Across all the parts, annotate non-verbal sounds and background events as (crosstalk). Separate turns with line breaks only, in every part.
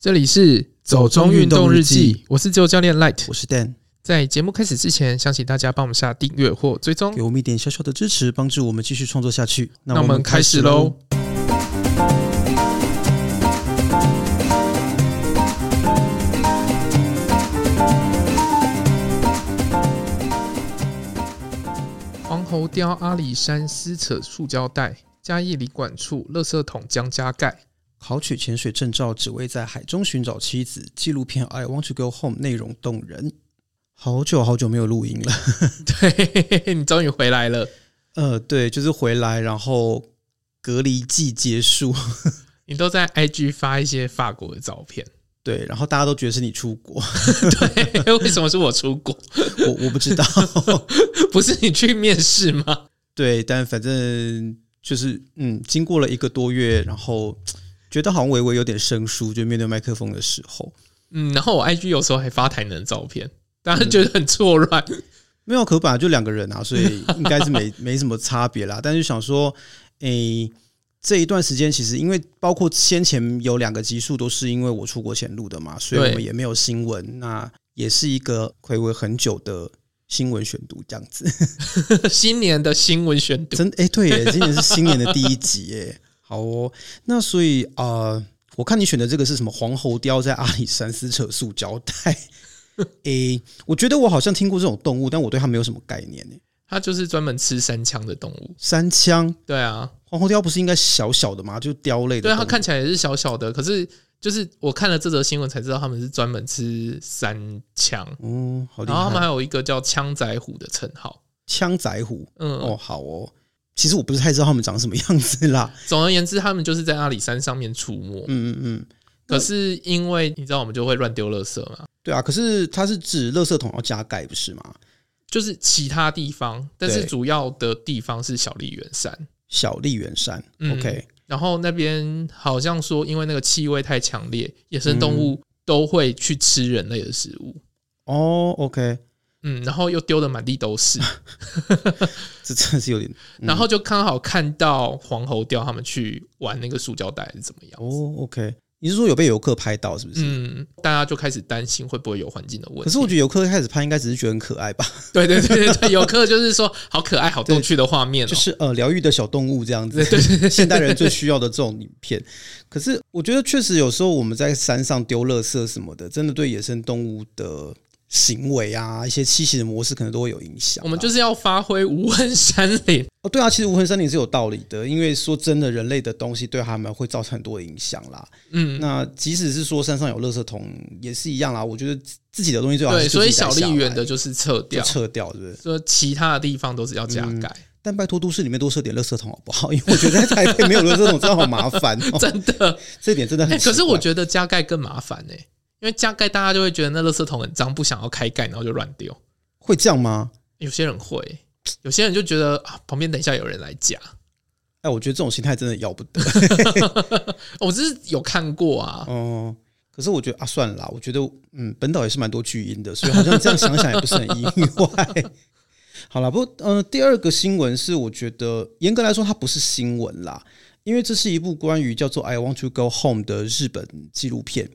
这里是
走中运动日记，
我是自由教练 Light。
我是 Dan，
在节目开始之前，想请大家帮我们下订阅或追踪
给。我们一点小小的支持，帮助我们继续创作下去。
那我们开始喽。。黄喉雕阿里山撕扯塑胶袋，嘉义旅馆处垃圾桶将加盖。 (laughs)
考取潜水证照，只为在海中寻找妻子。纪录片《I Want to Go Home》内容动人。好久好久没有录音了。 (laughs)
对，你终于回来了。
呃，对，就是回来，然后隔离季结束， (laughs)
你都在 IG 发一些法国的照片，
对，然后大家都觉得是你出国， (laughs)
对， (laughs) 为什么是我出国？
我我不知道， (laughs)
不是你去面试吗？
对，但反正就是嗯，经过了一个多月，然后觉得好像微微有点生疏，就面对麦克风的时候，
嗯，然后我 IG 有时候还发台南的照片，大家觉得很错乱。 (laughs)
没有，可本来就两个人啊，所以应该是没没什么差别啦。但是想说，诶、这一段时间其实因为包括先前有两个集数都是因为我出国前录的嘛，所以
对
我们也没有新闻，那也是一个暌违很久的新闻选读这样子。
新年的新闻选读，
真诶，对耶，今年是新年的第一集耶。 (laughs) 好哦，那所以啊、呃我看你选的这个是什么？黄喉貂在阿里山撕扯塑胶袋。诶、我觉得我好像听过这种动物，但我对它没有什么概念耶。
它就是专门吃山枪的动物。
三枪，
对啊，
黄喉貂不是应该小小的吗？就貂类的
对
动物。
啊，它看起来也是小小的，可是就是我看了这则新闻才知道他们是专门吃山枪，
哦，好厉
然后他们还
害！
有一个叫枪仔虎的称号。
枪仔虎，
嗯，
哦，好哦。其实我不是太知道它们长什么样子啦。
(laughs) 总而言之，他们就是在阿里山上面出没。
嗯嗯嗯，
可是因为你知道，我们就会乱丢垃圾嘛，
对啊。可是它是指垃圾桶要加盖，不是吗？
就是其他地方，但是
对
主要的地方是小笠原山。
小笠原山、
嗯
o k
然后那边好像说，因为那个气味太强烈，野生动物都会去吃人类的食物。
哦，OK，
嗯，然后又丢的满地都是，
这真的是有点。嗯
然后就刚好看到黄喉貂他们去玩那个塑胶袋是怎么样。
哦，OK，你是说有被游客拍到是不是？
嗯，大家就开始担心会不会有环境的问题。
可是我觉得游客开始拍应该只是觉得很可爱吧，
对对对对对，游客就是说好可爱、好
对
逗趣的画面哦、
就是呃疗愈的小动物这样子
对，对对
现代人最需要的这种影片。可是我觉得确实有时候我们在山上丢垃圾什么的，真的对野生动物的行为啊，一些栖息的模式可能都会有影响啦。啊
我们就是要发挥无痕山林。
哦，对啊，其实无痕森林是有道理的，因为说真的，人类的东西对他们会造成很多的影响啦。
嗯，
那即使是说山上有垃圾桶也是一样啦，我觉得自己的东西最好还
对，
是
所
自
以
己带
小笠
下
原
来
的就是撤
就
掉，
撤掉，对不对？
说其他的地方都是要加盖，
但拜托都市里面多设点垃圾桶好不好？因 (laughs) 为我觉得在台北没有垃圾桶真的好麻烦、
(laughs)
哦，
真的。
这点真的
哎、
很奇怪、
可是我觉得加盖更麻烦呢、因为加盖大家就会觉得那垃圾桶很脏，不想要开盖，然后就乱丢。
会这样吗？
有些人会，有些人就觉得啊，旁边等一下有人来夹。
哎，我觉得这种心态真的要不得
哦我只是有看过啊，
哦。可是我觉得啊，算了啦，我觉得嗯，本岛也是蛮多巨婴的，所以好像这样想想也不是很意外。 (laughs) 好了，不过呃，第二个新闻是我觉得严格来说它不是新闻啦，因为这是一部关于叫做《I Want to Go Home》的日本纪录片。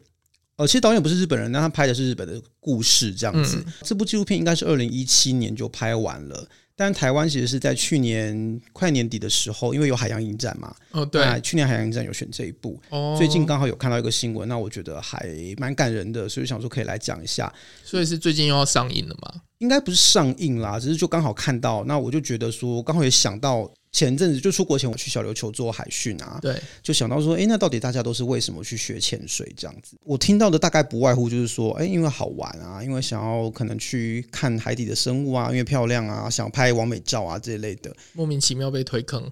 呃，其实导演不是日本人，但他拍的是日本的故事这样子。这部纪录片应该是二零一七年就拍完了，但台湾其实是在去年快年底的时候，因为有海洋影展嘛，
哦对，
那去年海洋影展有选这一部，
哦，
最近刚好有看到一个新闻，那我觉得还蛮感人的，所以想说可以来讲一下。
所以是最近又要上映了嘛？
应该不是上映啦，只是就刚好看到，那我就觉得说，刚好也想到前阵子就出国前我去小琉球做海训啊，
对，
就想到说，诶，那到底大家都是为什么去学潜水这样子？我听到的大概不外乎就是说，诶，因为好玩啊，因为想要可能去看海底的生物啊，因为漂亮啊，想拍完美照啊这一类的。
莫名其妙被推
(laughs)
坑，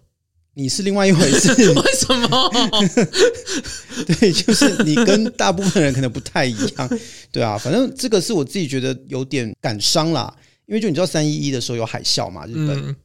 你是另外一回事，
(laughs) 为什么？
(laughs) 对，就是你跟大部分人可能不太一样，对啊，反正这个是我自己觉得有点感伤啦，因为就你知道三一一的时候有海啸嘛，日本，
嗯，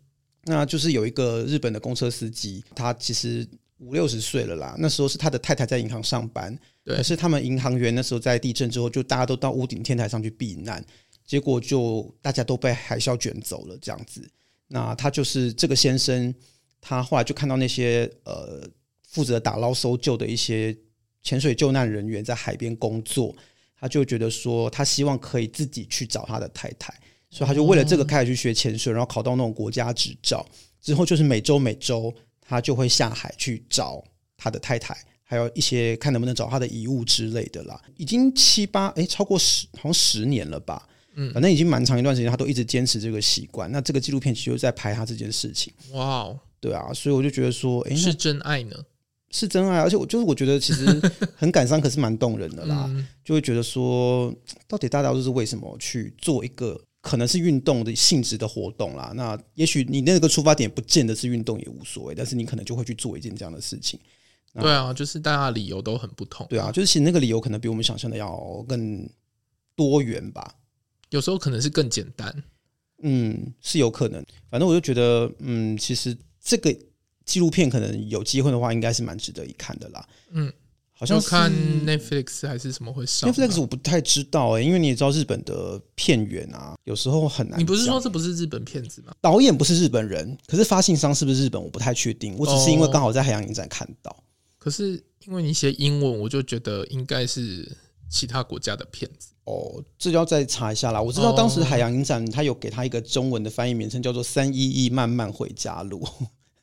那就是有一个日本的公车司机，他其实五六十岁了啦，那时候是他的太太在银行上班，
对
可是他们银行员那时候在地震之后，就大家都到屋顶天台上去避难，结果就大家都被海啸卷走了这样子。那他就是这个先生，他后来就看到那些呃负责打捞搜救的一些潜水救难人员在海边工作，他就觉得说他希望可以自己去找他的太太，所以他就为了
哦
这个开始去学潜水，然后考到那种国家执照之后，就是每周每周他就会下海去找他的太太。还有一些看能不能找他的遗物之类的啦，已经七八哎、超过十好像十年了吧，嗯，反正已经蛮长一段时间，他都一直坚持这个习惯。那这个纪录片其实就是在拍他这件事情，
哇哦，
对啊，所以我就觉得说，哎、那
是真爱呢。
是真爱，而且我就是我觉得其实很感伤，可是蛮动人的啦，
(laughs) 嗯
就会觉得说，到底大家都是为什么去做一个可能是运动的性质的活动啦？那也许你那个出发点不见得是运动也无所谓，但是你可能就会去做一件这样的事情。
对啊，就是大家的理由都很不同。
对啊，就是其实那个理由可能比我们想象的要更多元吧。
有时候可能是更简单。
嗯，是有可能。反正我就觉得，嗯，其实这个纪录片可能有机会的话，应该是蛮值得一看的啦。
嗯，
好像
就是看 Netflix 还是什么会上吧
Netflix 我不太知道哎、因为你也知道日本的片源啊，有时候很难讲。
你不是说这不是日本片子吗？
导演不是日本人，可是发行商是不是日本，我不太确定。我只是因为
哦
刚好在海洋影展看到。
可是因为你写英文，我就觉得应该是其他国家的片子。
哦，这就要再查一下啦。我知道当时海洋影展它有给它一个中文的翻译名称，叫做“三一一慢慢回家 (laughs) 路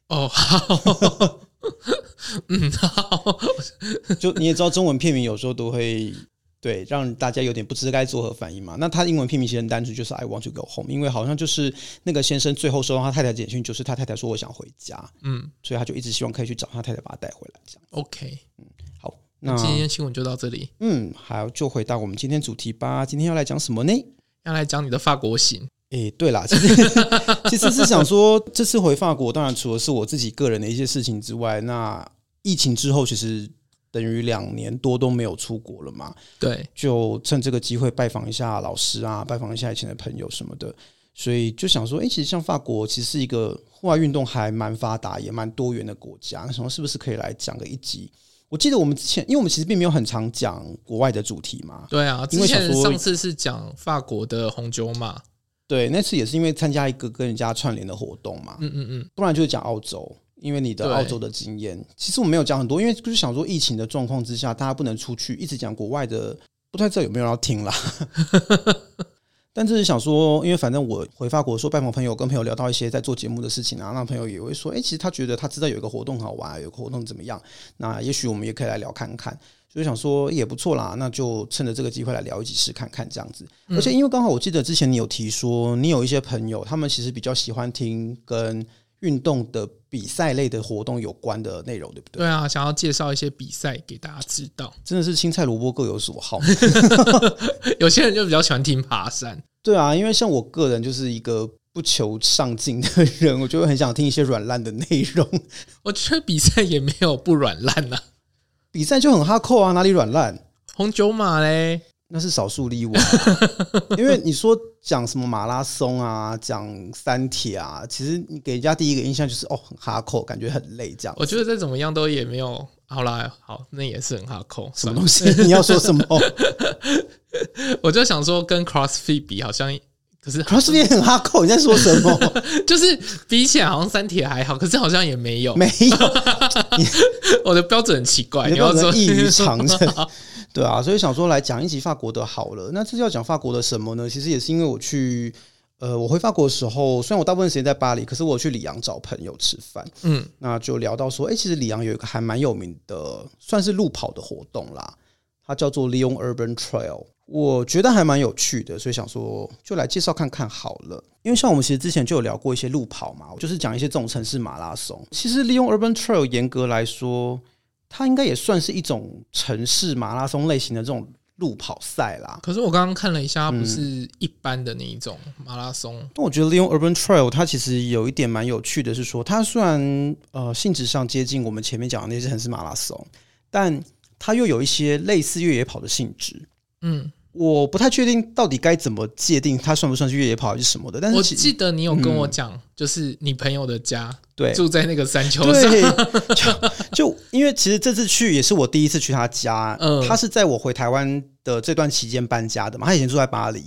哦，好， (laughs) 嗯，好，”。
就你也知道，中文片名有时候都会对让大家有点不知该作何反应嘛。那它英文片名其实很单纯，就是 “I want to go home”，因为好像就是那个先生最后收到他太太简讯，就是他太太说我想回家，
嗯
所以他就一直希望可以去找他太太把他带回来。这样
，OK，
好，那
那今天新闻就到这里，
嗯，好，就回到我们今天主题吧。今天要来讲什么呢？
要来讲你的法国行。
诶、对啦，其实 (laughs) 其实是想说，这次回法国，当然除了是我自己个人的一些事情之外，那疫情之后，其实等于两年多都没有出国了嘛，
对，
就趁这个机会拜访一下老师啊，拜访一下以前的朋友什么的，所以就想说，诶、其实像法国，其实是一个户外运动还蛮发达，也蛮多元的国家，那想说是不是可以来讲个一集？我记得我们之前，因为我们其实并没有很常讲国外的主题嘛，
对啊，
因
之
为想
前
说
上次是讲法国的红酒嘛，
对，那次也是因为参加一个跟人家串联的活动嘛，
嗯嗯嗯，
不然就是讲澳洲，因为你的
对
澳洲的经验，其实我没有讲很多，因为就是想说疫情的状况之下，大家不能出去，一直讲国外的，不太知道有没有人要听啦。 (laughs) 但就是想说，因为反正我回法国说拜访朋友，跟朋友聊到一些在做节目的事情啊，那朋友也会说，哎、其实他觉得他知道有一个活动好玩，啊有个活动怎么样，那也许我们也可以来聊看看。所以想说也不错啦，那就趁着这个机会来聊一起试看看这样子。而且因为刚好我记得之前你有提说，你有一些朋友他们其实比较喜欢听跟运动的比赛类的活动有关的内容，对不对？
对啊，想要介绍一些比赛给大家知道。 (laughs)
真的是青菜萝卜各有所好。
有些人就比较喜欢听爬山，
(laughs) 对啊，因为像我个人就是一个不求上进的人，我就会很想听一些软烂的内容。 (laughs)
我觉得比赛也没有不软烂呐、啊
比赛就很哈扣啊，哪里软烂？
红酒马嘞，
那是少数例外啊、因为你说讲什么马拉松啊，讲三铁啊，其实你给人家第一个印象就是哦，很哈扣，感觉很累这样。
我觉得再怎么样都也没有。好啦，好，那也是很哈扣。
什么
算了
东西？你要说什么哦
我就想说，跟 CrossFit 比，好像 (laughs) 可是
？CrossFit 很哈扣，你在说什么？
就是比起来，好像三铁还好，可是好像也没有。
没有，
我的标准很奇怪，
你
你
不
要
能
说
异于常人。 (laughs) 对啊，所以想说来讲一集法国的好了。那这次要讲法国的什么呢？其实也是因为我去。呃，我回法国的时候，虽然我大部分时间在巴黎，可是我去里昂找朋友吃饭，
嗯，
那就聊到说，哎、其实里昂有一个还蛮有名的，算是路跑的活动啦，它叫做 Lyon Urban Trail，我觉得还蛮有趣的，所以想说就来介绍看看好了。因为像我们其实之前就有聊过一些路跑嘛，就是讲一些这种城市马拉松。其实 Lyon Urban Trail 严格来说，它应该也算是一种城市马拉松类型的这种路跑赛啦。
(laughs) 可是我刚刚看了一下，它不是一般的那一种
嗯
马拉松，
那我觉得利用 Urban Trail 它其实有一点蛮有趣的，是说它虽然呃性质上接近我们前面讲的那些城市马拉松，但它又有一些类似越野跑的性质。
嗯，
我不太确定到底该怎么界定它算不算是越野跑还是什么的，但
我
是其嗯
记得你有跟我讲，就是你朋友的家
对
住在那个山丘上，
对，就就因为其实这次去也是我第一次去他家，
嗯
他是在我回台湾的这段期间搬家的嘛，他以前住在巴黎。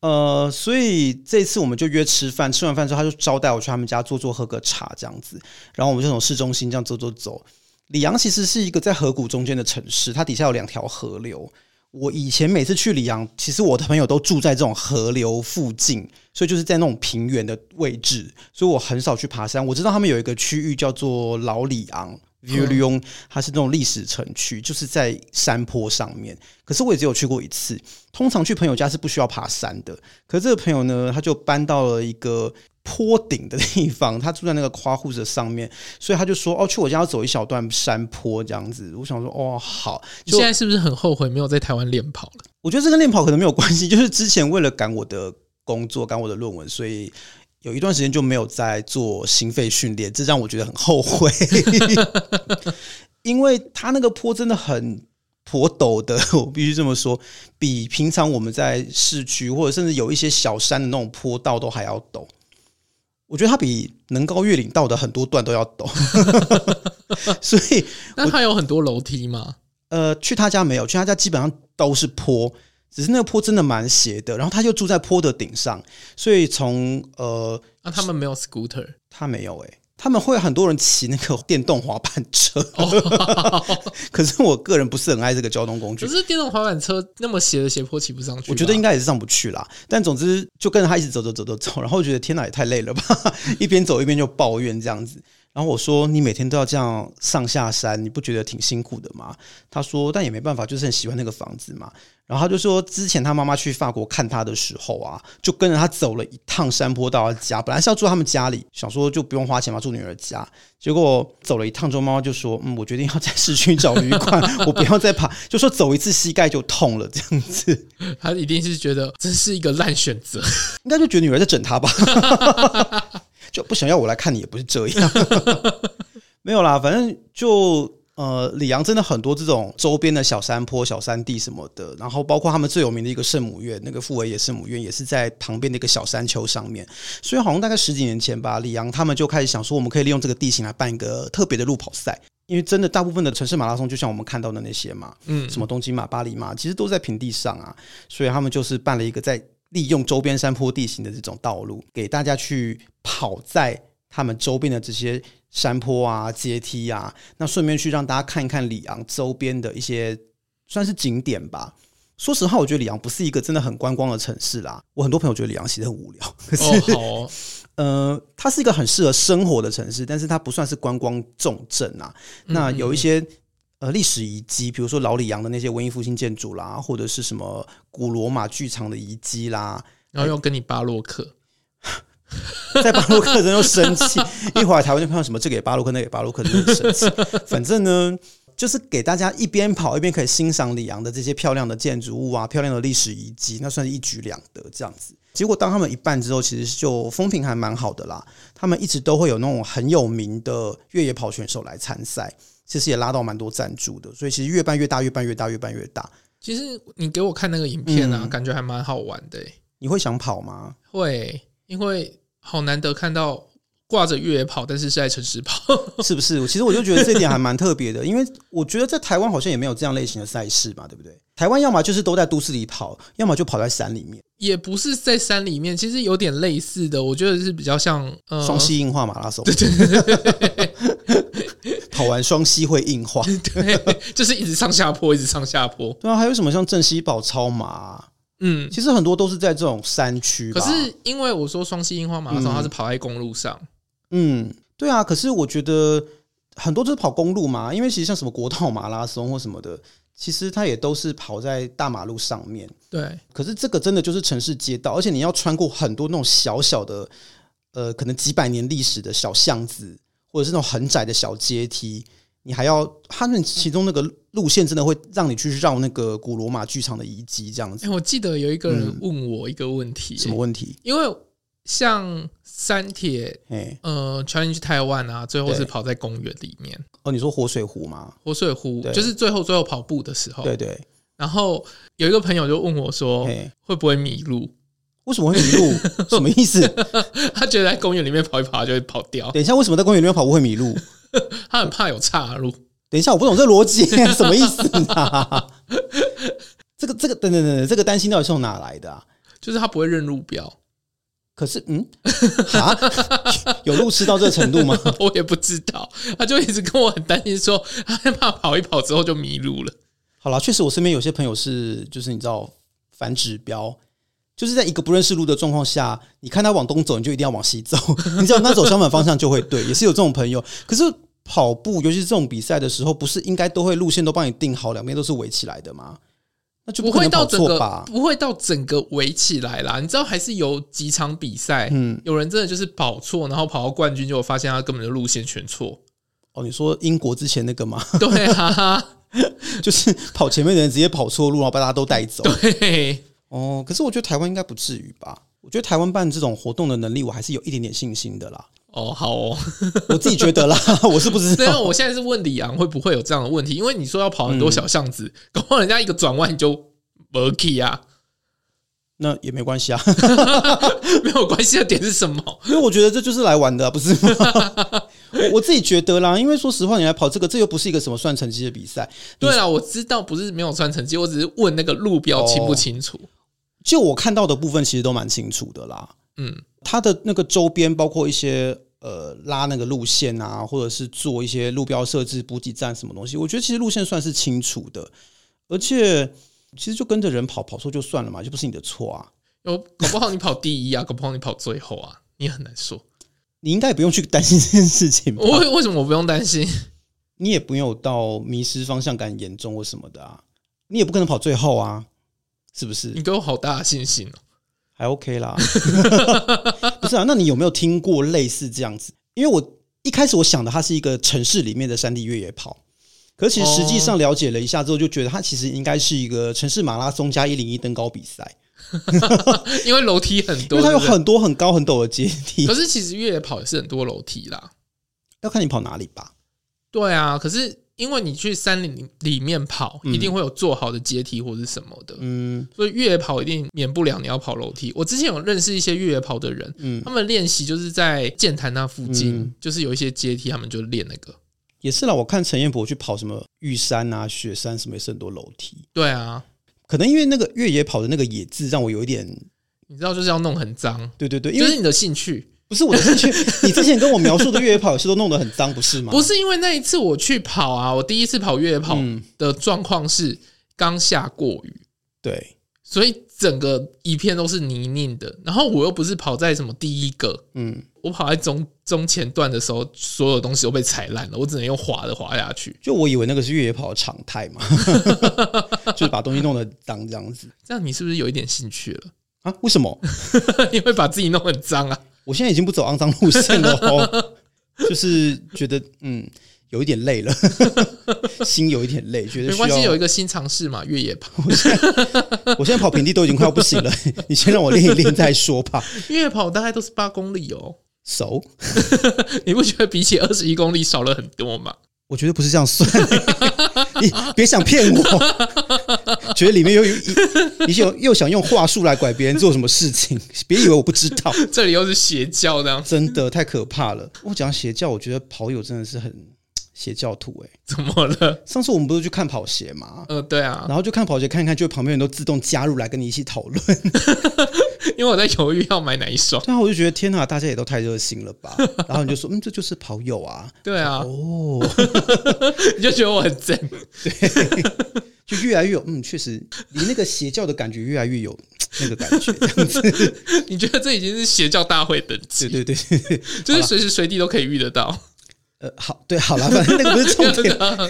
呃，所以这次我们就约吃饭，吃完饭之后他就招待我去他们家坐坐喝个茶这样子，然后我们就从市中心这样走走走，里昂其实是一个在河谷中间的城市，它底下有两条河流。我以前每次去里昂，其实我的朋友都住在这种河流附近，所以就是在那种平原的位置，所以我很少去爬山。我知道他们有一个区域叫做老里昂 v i e l u o n 它是那种历史城区，就是在山坡上面。可是我也只有去过一次。通常去朋友家是不需要爬山的，可是这个朋友呢，他就搬到了一个坡顶的地方， (laughs) 他住在那个夸护的上面，所以他就说：“哦，去我家要走一小段山坡这样子。”我想说：“哦，好。”
你现在是不是很后悔没有在台湾练跑了？
我觉得这跟练跑可能没有关系， (laughs) 就是之前为了赶我的工作、赶我的论文，所以有一段时间就没有在做心肺训练，这让我觉得很后悔。 (laughs) 因为它那个坡真的很颇陡的， (laughs) 我必须这么说，比平常我们在市区或者甚至有一些小山的那种坡道都还要陡。我觉得它比能高越岭道的很多段都要陡， (laughs) 所以
那它有很多楼梯吗？
呃，去他家没有，去他家基本上都是坡，只是那个坡真的蛮斜的。然后他就住在坡的顶上，所以从呃，
那、啊他们没有 scooter
他没有诶、哎他们会很多人骑那个电动滑板车，
哦，
可是我个人不是很爱这个交通工具
可。是电动滑板车那么斜的斜坡骑不上去吧，
我觉得应该也是上不去啦，但总之就跟着他一直走走走走走，然后我觉得天哪也太累了吧， (laughs) 一边走一边就抱怨这样子。然后我说你每天都要这样上下山，你不觉得挺辛苦的吗？他说但也没办法，就是很喜欢那个房子嘛。然后他就说之前他妈妈去法国看他的时候啊，就跟着他走了一趟山坡到他家，本来是要住他们家里，想说就不用花钱嘛，住女儿家。结果走了一趟之后，妈妈就说：“嗯，我决定要在市区找旅馆， (laughs) 我不要再爬，就说走一次膝盖就痛了这样子。”
他一定是觉得这是一个烂选择。
应该就觉得女儿在整他吧， (laughs) 就不想要我来看你也不是这样， (laughs) 没有啦，反正就呃，里昂真的很多这种周边的小山坡、小山地什么的，然后包括他们最有名的一个圣母院，那个富维耶圣母院也是在旁边的一个小山丘上面，所以好像大概十几年前吧，里昂他们就开始想说，我们可以利用这个地形来办一个特别的路跑赛。因为真的，大部分的城市马拉松就像我们看到的那些嘛，
嗯，
什么东京马、巴黎马，其实都在平地上啊，所以他们就是办了一个在利用周边山坡地形的这种道路，给大家去跑在他们周边的这些山坡啊、阶梯啊，那顺便去让大家看一看里昂周边的一些算是景点吧。说实话，我觉得里昂不是一个真的很观光的城市啦。我很多朋友觉得里昂其实很无聊，可是、
(laughs) 哦，好哦，
呃，它是一个很适合生活的城市，但是它不算是观光重镇啊。那有一些呃历史遗迹，比如说老里扬的那些文艺复兴建筑啦，或者是什么古罗马剧场的遗迹啦，
然后又跟你巴洛克，
(laughs) 在巴洛克人又生气， (laughs) 一会儿台湾就看到什么这个也巴洛克，那个也巴洛克，就很生气。反正呢，就是给大家一边跑一边可以欣赏里昂的这些漂亮的建筑物啊，漂亮的历史遗迹，那算是一举两得这样子。结果当他们一办之后，其实就风评还蛮好的啦。他们一直都会有那种很有名的越野跑选手来参赛，其实也拉到蛮多赞助的，所以其实越办越大，越办越大，越办越大。
其实你给我看那个影片啊，
嗯
感觉还蛮好玩的欸。
你会想跑吗？
会，因为好难得看到挂着越野跑，但是是在城市跑。 (laughs)
是不是？其实我就觉得这点还蛮特别的，因为我觉得在台湾好像也没有这样类型的赛事嘛，对不对？台湾要么就是都在都市里跑，要么就跑在山里面，
也不是在山里面，其实有点类似的，我觉得是比较像呃， (laughs)
双膝硬化马拉松， (laughs) 跑完双膝会硬化。
对，就是一直上下坡，一直上下坡。
对啊，还有什么像正西宝超马啊、
嗯，
其实很多都是在这种山区吧。
可是因为我说双溪樱花马拉松，
嗯
它是跑在公路上，
嗯，对啊，可是我觉得很多都是跑公路嘛，因为其实像什么国道马拉松或什么的，其实它也都是跑在大马路上面。
对，
可是这个真的就是城市街道，而且你要穿过很多那种小小的，呃，可能几百年历史的小巷子，或者是那种很窄的小阶梯，你还要它那其中那个路线真的会让你去绕那个古罗马剧场的遗迹这样
哎、
子，
我记得有一个人问我一个问题、
嗯什么问题？
因为像三铁，
哎、
呃，Challenge Taiwan 啊，最后是
对
跑在公园里面，
哦，你说活水湖吗？
活水湖
对
就是最后最后跑步的时候。
对对，
然后有一个朋友就问我
哎、
说，会不会迷路？
为什么会迷路？什么意 (laughs) 思？
他觉得在公园里面跑一跑，他就会跑掉，
等一下，为什么在公园里面跑步会迷路？
他很怕有岔路。
等一下，我不懂这逻辑 (laughs) 什么意思 (laughs) 啊？这个这个等等等等，这个担心到底是从哪来的啊？
就是他不会认路标， (laughs)
可是，嗯， (laughs) 哈，有路痴到这个程度吗？ (laughs)
我也不知道，他就一直跟我很担心说，他害怕跑一跑之后就迷路了。
好啦，确实，我身边有些朋友是，就是你知道反指标，就是在一个不认识路的状况下，你看他往东走，你就一定要往西走， (laughs) 你只要跟他走相反方向就会对，也是有这种朋友。可是跑步，尤其是这种比赛的时候，不是应该都会路线都帮你定好，两边都是围起来的吗？那就
不
可
会
能
到
跑
整
错
个
吧？
不会到整个围起来啦，你知道还是有几场比赛，
嗯，
有人真的就是跑错，然后跑到冠军，结果发现他根本就路线全
(laughs)
错。
哦，你说英国之前那个吗？ (laughs)
对啊，
就是跑前面的人直接跑错路，然后把大家都带走。
对，
哦，可是我觉得台湾应该不至于吧？我觉得台湾办这种活动的能力，我还是有一点点信心的啦。
哦，好
(laughs)
哦。
我自己觉得啦， (laughs) 我是不知
对啊，
道。
我现在是问李阳会不会有这样的问题，因为你说要跑很多小巷子，
嗯
搞不好人家一个转弯你就 m u 啊， (laughs)
那也没关系啊，
没有关系的点是什么？
因为我觉得这就是来玩的啊、不是吗？ (laughs) 我我自己觉得啦，因为说实话，你来跑这个，这又不是一个什么算成绩的比赛。
对啦，我知道不是没有穿成绩，我只是问那个路标清不清楚。
就我看到的部分，其实都蛮清楚的啦。
嗯，
它的那个周边，包括一些呃拉那个路线啊，或者是做一些路标设置、补给站什么东西，我觉得其实路线算是清楚的，而且其实就跟着人跑，跑错就算了嘛，就不是你的错啊。
有搞不好你跑第一啊，搞不好你跑最后啊，你很难说。
你应该也不用去担心这件事情吧？
我为为什么我不用担心？
你也不用到迷失方向感严重或什么的啊，你也不可能跑最后啊，是不是
你？给我好大的信心哦。
还 OK 啦， (laughs) 不是啊？那你有没有听过类似这样子？因为我一开始我想的它是一个城市里面的山地越野跑，可是其实实际上了解了一下之后，就觉得它其实应该是一个城市马拉松加一零一登高比赛，
因为楼梯很
因
多，
为它有
对不
很多很高很陡的阶
对
梯 (laughs)
可，是其实越野跑也是很多楼梯啦。
要看你跑哪里吧。
对啊，可是因为你去山林里面跑，一定会有做好的阶梯或是什么的，
嗯
所以越野跑一定免不了你要跑楼梯。我之前有认识一些越野跑的人，
嗯，
他们练习就是在剑潭那附近，
嗯
就是有一些阶梯，他们就练那个。
也是啦。我看陈彦博去跑什么玉山啊、雪山什么，也是很多楼梯。
对啊，
可能因为那个越野跑的那个野字让我有一点，
你知道就是要弄很脏，
对对对，因
就
为
是你的兴趣。
不是我的兴趣。你之前跟 (laughs) 我描述的越野跑也是都弄得很脏，不是吗？
不是因为那一次我去跑啊，我第一次跑越野跑
嗯
的状况是刚下过雨，
对，
所以整个一片都是泥泞的。然后我又不是跑在什么第一个，
嗯，
我跑在中中前段的时候，所有东西都被踩烂了，我只能用滑的滑下去。
就我以为那个是越野跑的常态嘛， (laughs) 就是把东西弄得脏这样子
这样你是不是有一点兴趣了？ (laughs)
啊？为什么？
你会把自己弄很脏啊？
我现在已经不走肮脏路线了哦， (laughs) 就是觉得嗯，有一点累了， (laughs) 心有一点累，觉得
没
需
关系，有
要。啊
一个新尝试嘛，越野跑。
我现在跑平地都已经快要不行了， (laughs) 你先让我练一练再说吧。
越野跑大概都是八公里哦，
熟，
你不觉得比起二十一公里少了很多吗？
我觉得不是这样算， (laughs) 你别想骗我，觉得里面又有你又又想用话术来拐别人做什么事情，别以为我不知道，
这里又是邪教这样，
真的太可怕了。我讲邪教，我觉得跑友真的是很邪教徒哎、
怎么了？
上次我们不是去看跑鞋嘛，
呃，对啊，
然后就看跑鞋看一看，就旁边人都自动加入来跟你一起讨论， (laughs)
因为我在犹豫要买哪一双。
然后我就觉得天哪，大家也都太热心了吧。 (laughs) 然后你就说，嗯，这就是跑友啊，
对啊，
哦，
你就觉得我很正， (laughs)
就越来越有，嗯，确实离那个邪教的感觉越来越有那个感觉，这样子。 (laughs)
你觉得这已经是邪教大会等级，
对 (laughs) 对对，
就是随时随地都可以遇得到。
(laughs)
啊
呃，好，对，好了，反正那个不是重
真
点。
的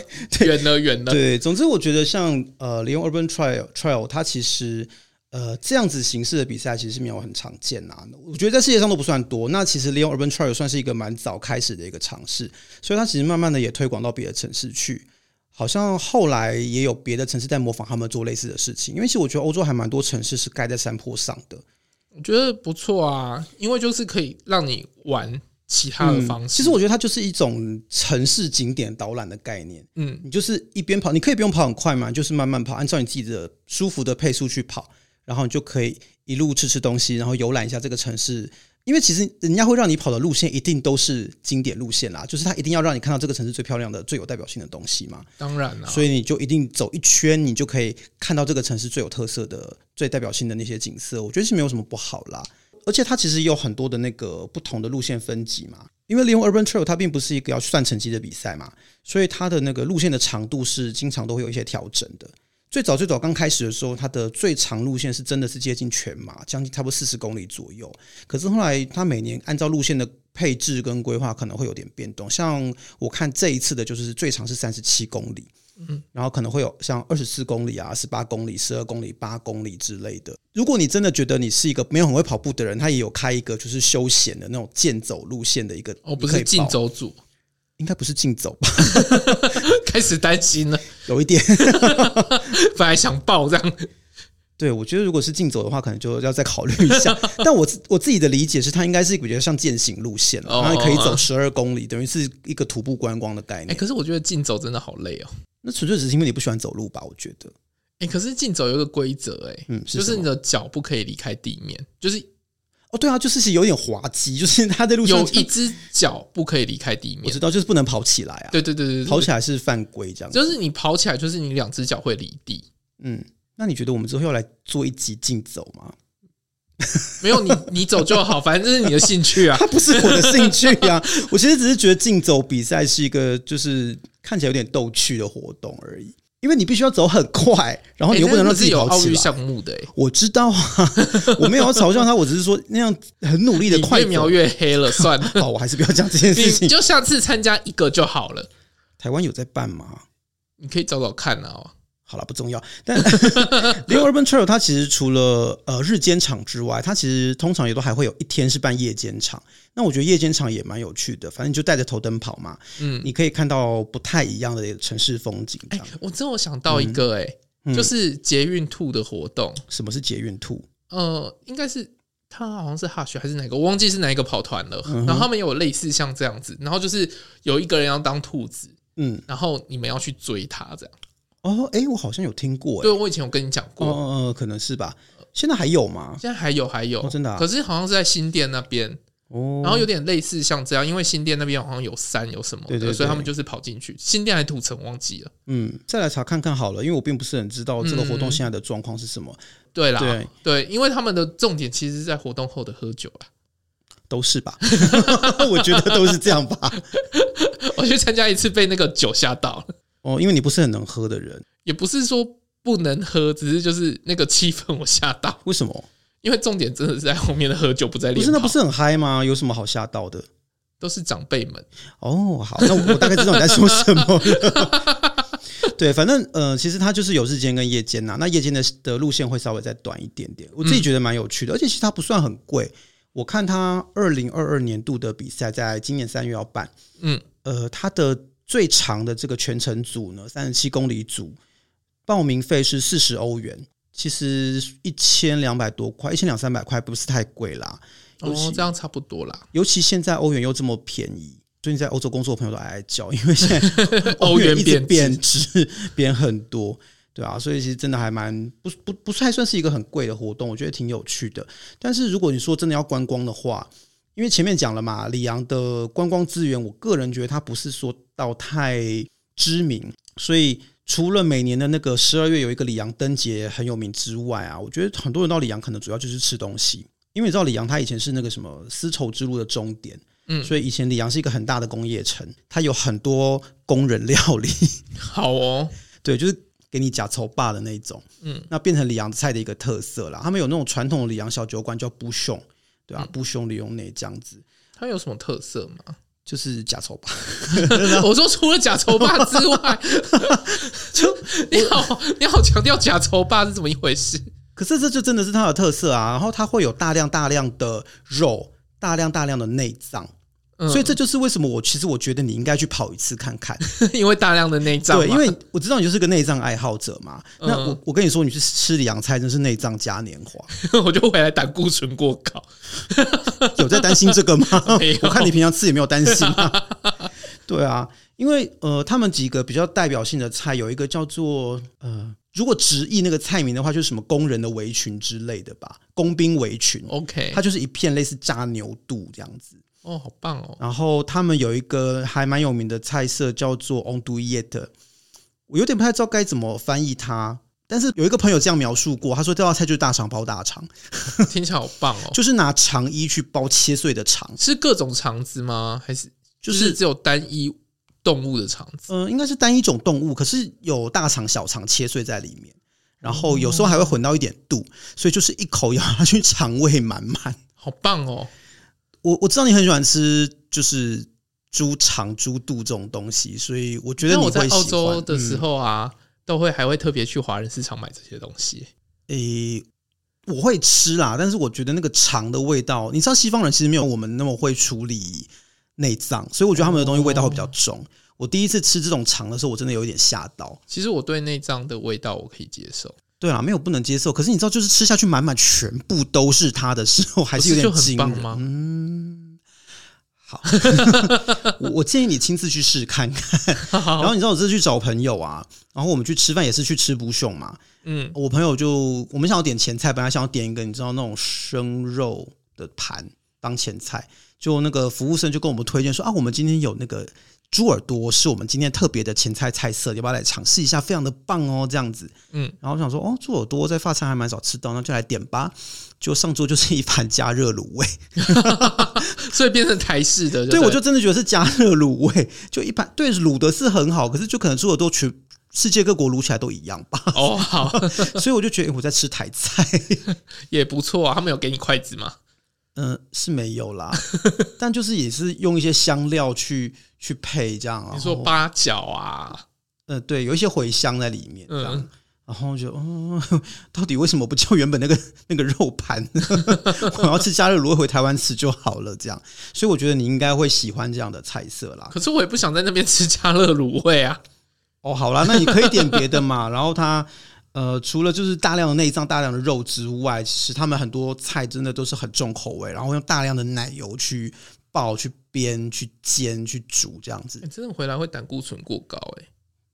远了远了，
对，总之我觉得像呃，利用 Urban Trial Trial，它其实呃这样子形式的比赛其实没有很常见啊。我觉得在世界上都不算多。那其实利用 Urban Trial 算是一个蛮早开始的一个尝试，所以它其实慢慢的也推广到别的城市去。好像后来也有别的城市在模仿他们做类似的事情，因为其实我觉得欧洲还蛮多城市是盖在山坡上的。
我觉得不错啊，因为就是可以让你玩其他的方
嗯
式。
其实我觉得它就是一种城市景点导览的概念。
嗯，
你就是一边跑，你可以不用跑很快嘛，你就是慢慢跑，按照你自己的舒服的配速去跑，然后你就可以一路吃吃东西，然后游览一下这个城市。因为其实人家会让你跑的路线一定都是经典路线啦，就是他一定要让你看到这个城市最漂亮的、最有代表性的东西嘛，
当然啊啦、
所以你就一定走一圈，你就可以看到这个城市最有特色的、最代表性的那些景色。我觉得是没有什么不好啦。而且它其实有很多的那个不同的路线分级嘛。因为利用 Urban Trail 它并不是一个要去算成绩的比赛嘛，所以它的那个路线的长度是经常都会有一些调整的。最早最早刚开始的时候，它的最长路线是真的是接近全马，将近差不多四十公里左右。可是后来它每年按照路线的配置跟规划可能会有点变动，像我看这一次的就是最长是三十七公里。嗯，然后可能会有像二十四公里啊、十八公里、十二公里、八公里之类的。如果你真的觉得你是一个没有很会跑步的人，他也有开一个就是休闲的那种健走路线的一个，
哦，
你
不
可以
是竞
报，
走组， (laughs)
应该不是竞走吧？
开始担心了，
有一点，
本来想报这
嗯
样，
对我觉得如果是竞走的话，可能就要再考虑一
(laughs)
下。但我自我自己的理解是，它应该是比较像践行路线啊，
哦
然后你可以走
哦
十二公里，等于是一个徒步观光的概
哎、
念。
可是我觉得竞走真的好累哦。
那纯粹只是因为你不喜欢走路吧？我觉得，
哎、可是竞走有一个规则、哎，
嗯，
就是是
什
你
么
的脚不可以离开地面，就是
哦，对啊，就是其实有点滑稽，就是他在路上
有一只脚不可以离开地
我
面
知。道，就是不能跑起来啊。
对对对对，对
跑起来是犯规这样子。
就是你跑起来，就是你两只脚会离地。
嗯，那你觉得我们之后要来做一集竞走吗？
没有你，你走就好，反正这是你的兴趣啊。
它不是我的兴趣啊， (laughs) 我其实只是觉得竞走比赛是一个就是看起来有点逗趣的活动而已，因为你必须要走很快，然哦后你又
诶
不能
欸那
让
是
自己
有
跑
奥
起
运
来。
项目
(laughs)
的、欸，
我知道啊， (laughs) 我没有要嘲笑他，我只是说那样很努力的
你
快
越描
走。哦
越黑
(laughs)
了，算了，
好，我还是不要讲这件事
你
情。
就下次参加一个就好了。
台湾有在办吗？
你可以找找看啊、哦。
好了，不重要。但 (laughs) Leo Urban Trail 它其实除了呃日间场之外，它其实通常也都还会有一天是办夜间场。那我觉得夜间场也蛮有趣的，反正你就带着头灯跑嘛，
嗯，
你可以看到不太一样的城市风景。这样
欸我真有想到一个、欸，
嗯
就是捷运兔的活动，
什么是捷运兔？
呃，应该是他好像是哈学还是哪个，我忘记是哪一个跑团了。
嗯哼
然后他们有类似像这样子，然后就是有一个人要当兔子，
嗯，
然后你们要去追他这样。
哦，哎、我好像有听过、诶
对，我以前有跟你讲
哦
过，
哦哦，可能是吧。现在还有吗？
现在还有还有，
哦真的啊
可是好像是在新店那边，
哦，
然后有点类似像这样，因为新店那边好像有山有什么的，
对对对
所以他们就是跑进去。新店还土城忘记了，
嗯，再来查看看好了，因为我并不是很知道这个活
嗯
动现在的状况是什么，
对啦，
对
对，因为他们的重点其实是在活动后的喝酒啊。
都是吧？ (laughs) 我觉得都是这样吧。
(laughs) 我去参加一次被那个酒吓到了，
哦，因为你不是很能喝的人，
也不是说不能喝，只是就是那个气氛我吓到。
为什么？
因为重点真的是在后面的喝酒，不在练
不
跑。
是，那不是很嗨吗？有什么好吓到的？
都是长辈们，
哦，好，那我我大概知道你在说什么了 (laughs) 对，反正呃，其实它就是有日间跟夜间呐、那夜间的的路线会稍微再短一点点，我自己觉得蛮有
嗯
趣的，而且其实它不算很贵。我看它二零二二年度的比赛在今年三月要办，
嗯，
呃，它的最长的这个全程组呢，三十七公里组，报名费是四十欧元，其实一千两百多块，一千两三百块不是太贵啦。尤其
哦，这样差不多啦。
尤其现在欧元又这么便宜，最近在欧洲工作的朋友都哀哀叫，因为现在
(laughs) 欧元
一直
贬
贬值，贬很多。对啊，所以其实真的还蛮不不不太算是一个很贵的活动，我觉得挺有趣的。但是如果你说真的要观光的话，因为前面讲了嘛，里昂的观光资源，我个人觉得它不是说到太知名，所以除了每年的那个十二月有一个里昂灯节很有名之外啊，我觉得很多人到里昂可能主要就是吃东西，因为你知道里昂它以前是那个什么丝绸之路的终点，
嗯
所以以前里昂是一个很大的工业城，它有很多工人料理， (laughs)
好哦，
对，就是给你假愁霸的那一种，
嗯，
那变成里昂菜的一个特色啦。他们有那种传统的里昂小酒馆叫布熊，对
嗯
啊，布熊里昂内这样子，
它有什么特色吗？
就是假愁霸。 (laughs)
(laughs) 我说除了假愁霸之外，就 (laughs) 你好，你好强调假愁霸是怎么一回事？
可是这就真的是它的特色啊，然后它会有大量大量的肉，大量大量的内脏，
嗯
所以这就是为什么我其实我觉得你应该去跑一次看
(laughs)
看，
因为大量的内脏嘛， (laughs)
对，因为我知道你就是个内脏爱好者嘛。
嗯
那我我跟你说，你去吃里洋菜真是内脏嘉年华，
我就回来胆固醇过高。
(laughs) 有在担心这个吗
(laughs) 没有？
我看你平常吃也没有担心啊。
(laughs)
对啊，因为呃，他们几个比较代表性的菜有一个叫做呃，如果直译那个菜名的话，就是什么工人的围裙之类的吧，工兵围裙。
OK，
它就是一片类似炸牛肚这样子。
哦，好棒哦，
然后他们有一个还蛮有名的菜色叫做 On Do Yet，我有点不太知道该怎么翻译它。但是有一个朋友这样描述过，他说这道菜就是大肠包大肠，
哦听起来好棒哦！
就是拿肠衣去包切碎的肠，
是各种肠子吗？还是
(laughs) 就
就是
是
只有单一动物的肠子？
嗯、呃应该是单一种动物，可是有大肠、小肠切碎在里面，然后有时候还
哦
会混到一点肚，所以就是一口咬下去， (laughs) 肠胃满满。
好棒哦！
我我知道你很喜欢吃，就是猪肠、猪肚这种东西，所以我觉得
像
你
我
会
在
喜欢。
澳洲的时
嗯
候啊，都会还会特别去华人市场买这些东西。
诶、我会吃啦，但是我觉得那个肠的味道，你知道西方人其实没有我们那么会处理内脏，所以我觉得他们的东西味道会
哦
比较重。我第一次吃这种肠的时候，我真的有一点吓到。
其实我对内脏的味道我可以接受，
对啦，没有不能接受，可是你知道，就是吃下去满满全部都是它的时候，还
不
有
就
点
很
惊
棒
人。嗯
吗？
好， (laughs) 我我建议你亲自去试看看。
(laughs)
然后你知道，我这次去找朋友啊，然后我们去吃饭也是去吃不熊嘛，
嗯，
我朋友就我们想要点前菜，本来想要点一个你知道那种生肉的盘当前菜，就那个服务生就跟我们推荐说啊，我们今天有那个猪耳朵是我们今天特别的前菜菜色，你要不要来尝试一下？非常的棒哦，这样子。
嗯，
然后我想说哦，猪耳朵在发餐还蛮少吃到，那就来点吧。就上桌就是一盘加热卤味，
所以变成台式的
对
对
我就真的觉得是加热卤味，就一盘对卤的是很好，可是就可能猪耳朵全世界各国卤起来都一样吧， (laughs)
哦好
所以我就觉得诶我在吃台菜。
也不错啊。他们有给你筷子吗？
嗯，是没有啦， (laughs) 但就是也是用一些香料去去配这样。
你说
然后？
八角啊？
呃，对，有一些茴香在里面这样。
嗯
然后就， (laughs) 哦，到底为什么不叫原本那个 (laughs) 那个肉盘 (laughs) 呢？我要吃加热卤味回台湾吃就好了，这样。所以我觉得你应该会喜欢这样的菜色啦。
可是我也不想在那边吃加乐卤味啊。
哦，好啦，那你可以点别的嘛。 (laughs) 然后它，呃，除了就是大量的内脏、大量的肉之外，其实他们很多菜真的都是很重口味，然后用大量的奶油去爆、去煸、去煎、去煮这样子
欸。真的回来会胆固醇过高哎、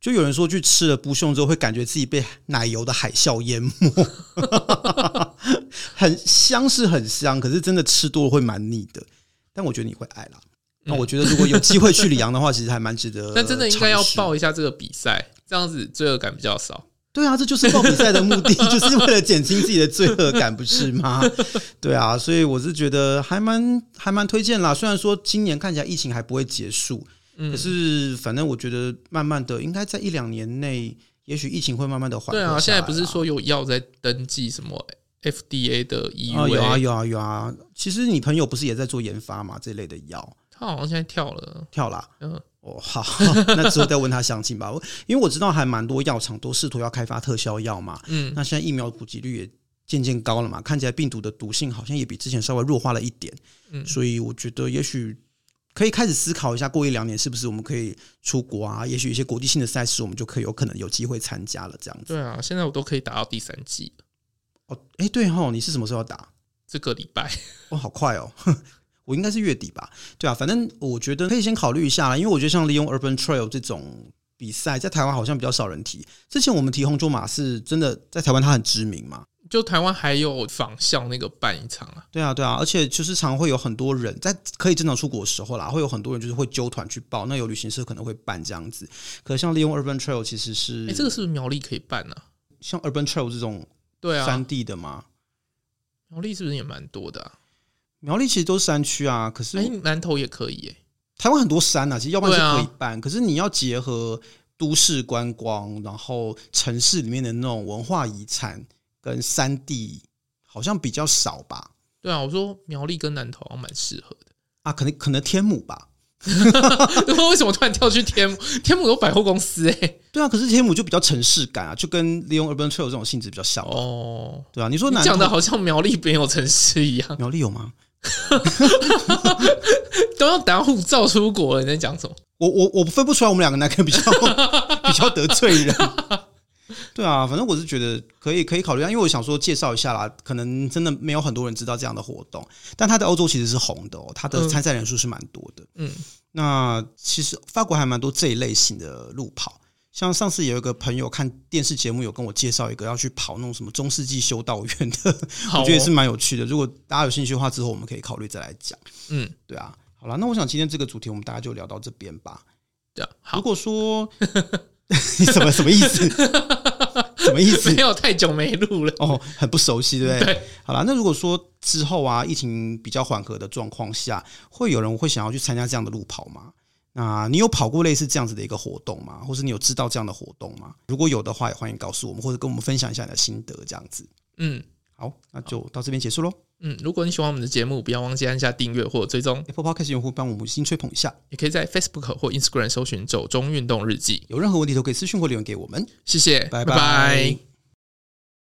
就有人说去吃了不凶之后，会感觉自己被奶油的海啸淹没， (laughs) 很香是很香，可是真的吃多了会蛮腻的。但我觉得你会爱啦。那我觉得如果有机会去里昂的话，其实还蛮值
(laughs)
得。
呃但真的应该要报一下这个比赛，这样子罪恶感比较少。
对啊，这就是报比赛的目的， (laughs) 就是为了减轻自己的罪恶感，不是吗？ (laughs) 对啊，所以我是觉得还蛮还蛮推荐啦。虽然说今年看起来疫情还不会结束，
嗯
可是反正我觉得慢慢的，应该在一两年内，也许疫情会慢慢的缓和
对
下来啦。
啊，现在不是说有药在登记什么 FDA 的医
啊、有啊
卫，
有啊有啊，其实你朋友不是也在做研发嘛，这类的药
他好像现在跳了。
跳啦。
嗯，
哦，好， (laughs) 那之后再问他详情吧。我因为我知道还蛮多药厂都试图要开发特效药嘛，
嗯，
那现在疫苗普及率也渐渐高了嘛，看起来病毒的毒性好像也比之前稍微弱化了一点，
嗯
所以我觉得也许可以开始思考一下，过一两年是不是我们可以出国啊？也许一些国际性的赛事，我们就可以有可能有机会参加了，这样子。
对啊，现在我都可以打到第三季了，
哦，哎，对吼，你是什么时候要打？
这个礼拜。 (laughs)
哦，好快哦！ (laughs) 我应该是月底吧？对啊，反正我觉得可以先考虑一下啦，因为我觉得像利用 Urban Trail 这种比赛，在台湾好像比较少人提。之前我们提红州马是真的在台湾它很知名嘛？
就台湾还有仿效那个办一场啊，
对啊，对啊，而且就是常会有很多人在可以正常出国的时候啦，会有很多人就是会揪团去报，那有旅行社可能会办这样子。可像利用 Urban Trail 其实是，
哎、这个是不是苗栗可以办啊？
像 Urban Trail 这种
对啊
山，地的嘛，
苗栗是不是也蛮多的、啊？
苗栗其实都是山区啊，可是
哎、南投也可以、欸，
台湾很多山啊，其实要不然
对啊
是可以办，可是你要结合都市观光，然后城市里面的那种文化遗产跟山地，好像比较少吧？
对啊，我说苗栗跟南投好像蛮适合的。 (laughs)
啊，可能可能天母吧？
为什么突然跳去天母？天母有百货公司哎、
对啊，可是天母就比较城市感啊，就跟利用 Urban Trail 这种性质比较像、啊。
哦，
对啊，你说
你
南
讲的
投
好像苗栗没有城市一样，
苗栗有吗？
都要拿护照出国了，你在讲什么？
我我我分不出来我们两个哪 (laughs) 个比较比较得罪人。对啊，反正我是觉得可以可以考虑一下，因为我想说介绍一下啦，可能真的没有很多人知道这样的活动，但它在欧洲其实是红的哦，它的
嗯
参赛人数是蛮多的。
嗯，
那其实法国还蛮多这一类型的路跑，像上次有一个朋友看电视节目有跟我介绍一个要去跑那种什么中世纪修道院的，
好、哦
我觉得也是蛮有趣的。如果大家有兴趣的话，之后我们可以考虑再来讲。
嗯，
对啊，好了，那我想今天这个主题我们大家就聊到这边吧。
对啊，好， (laughs)
如 (laughs) 果说你什么什么意思？什么意思
没？有太久没录了。
哦，很不熟悉，对不对？
对
好啦，那如果说之后啊，疫情比较缓和的状况下，会有人会想要去参加这样的路跑吗？那你有跑过类似这样子的一个活动吗？或是你有知道这样的活动吗？如果有的话，也欢迎告诉我们，或者跟我们分享一下你的心得，这样子。
嗯
好，那就到这边结束喽。
嗯，如果你喜欢我们的节目，不要忘记按下订阅或追踪，
Apple Podcast 用户帮我们五星吹捧一下，
也可以在 Facebook 或 Instagram 搜寻“走中运动日记
有任何问题都可以私讯或留言给我们。”。
谢谢，
拜
拜
拜